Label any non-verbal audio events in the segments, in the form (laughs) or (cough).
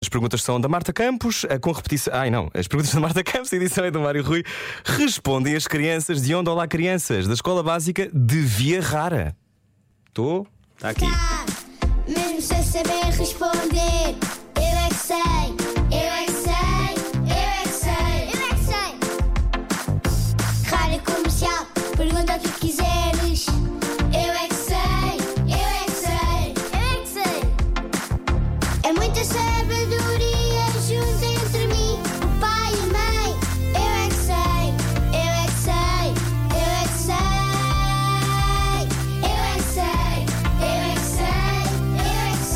As perguntas são da Marta Campos, eh, com repetição. Ai não, as perguntas da Marta Campos, a edição é do Mário Rui. Respondem as crianças de onde olá crianças, da escola básica de Via Rara. Estou? Está Tá aqui. Mesmo sem saber responder, eu é que sei, eu é que sei, eu é que sei, eu é que sei. Rádio comercial, pergunta o que quiseres. Eu é que sei, eu é que sei, eu é que sei. É muita sabedoria junto entre mim, o pai e a mãe. Eu é que sei, eu é que sei, eu é que sei. Eu é que sei, eu é que sei,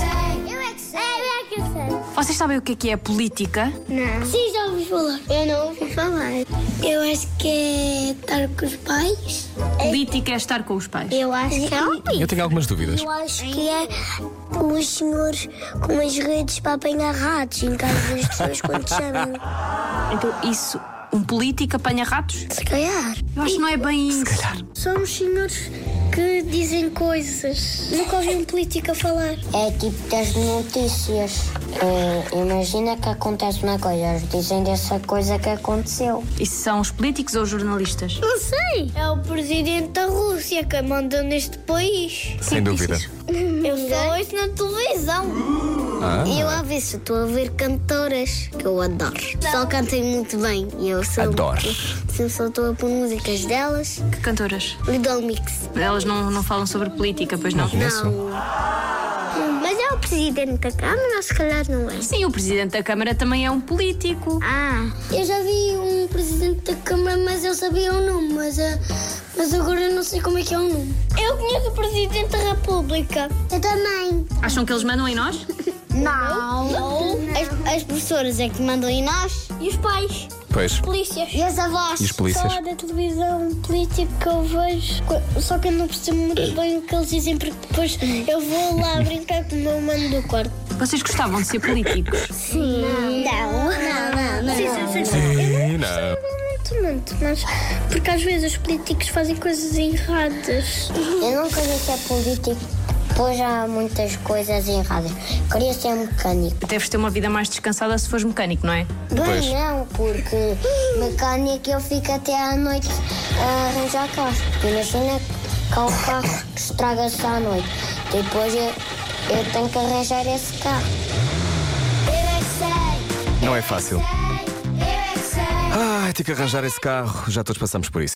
eu é que sei. Eu é que sei, eu é que sei. Vocês sabem o que é que é política? Não. Sim, já ouvi falar. Eu não ouvi falar. Eu acho que é estar com os pais. Política é estar com os pais. Eu acho que é Eu tenho algumas dúvidas. Eu acho que é os senhores com as redes para apanhar ratos em casa das pessoas quando chamam. Então, isso, um político apanha ratos? Se calhar. Eu acho que não é bem isso. São os senhores que dizem coisas. Nunca ouvi um político a falar. É tipo das notícias. É, imagina que acontece uma coisa, eles dizem dessa coisa que aconteceu. Isso são os políticos ou os jornalistas? Não sei. É o presidente da Rússia que manda neste país. é Sem dúvida. Uhum. Eu só ouço na televisão. Eu a ver se estou a ver cantoras que eu adoro. Só cantem muito bem. E eu sou. Adoro. Sempre só estou a pôr músicas delas. Que cantoras? Little um Mix. Elas não, não falam sobre política, pois não? Conheço. Mas é o presidente da Câmara, se calhar não é. Sim, o presidente da Câmara também é um político. Ah, eu já vi um presidente da Câmara, mas eu sabia o nome, mas, ah, mas agora eu não sei como é que é o nome. Eu conheço o presidente da República. Eu também. Acham que eles mandam em nós? Não. As, as professoras é que mandam em nós. E os pais. Pois. polícias. E as avós. E os polícias. Só da televisão política que eu vejo. co- Só que eu não percebo muito bem o que eles dizem, porque depois eu vou lá (laughs) brincar com o meu mano do quarto. Vocês gostavam de ser políticos? Sim. Não. Não, não, não. Sim, sim, sim. Sim, não. Muito, muito, mas porque às vezes os políticos fazem coisas erradas. Eu não queria ser político, pois há muitas coisas erradas. Queria ser um mecânico. Deves ter uma vida mais descansada se fores mecânico, não é? Bem, Pois. não, porque mecânico eu fico até à noite a arranjar carro. Imagina que há um carro que estraga-se à noite. Depois eu, eu tenho que arranjar esse carro. Eu é que sei, Não é fácil. eu é que sei. Ai, tenho que arranjar esse carro. Já todos passamos por isso.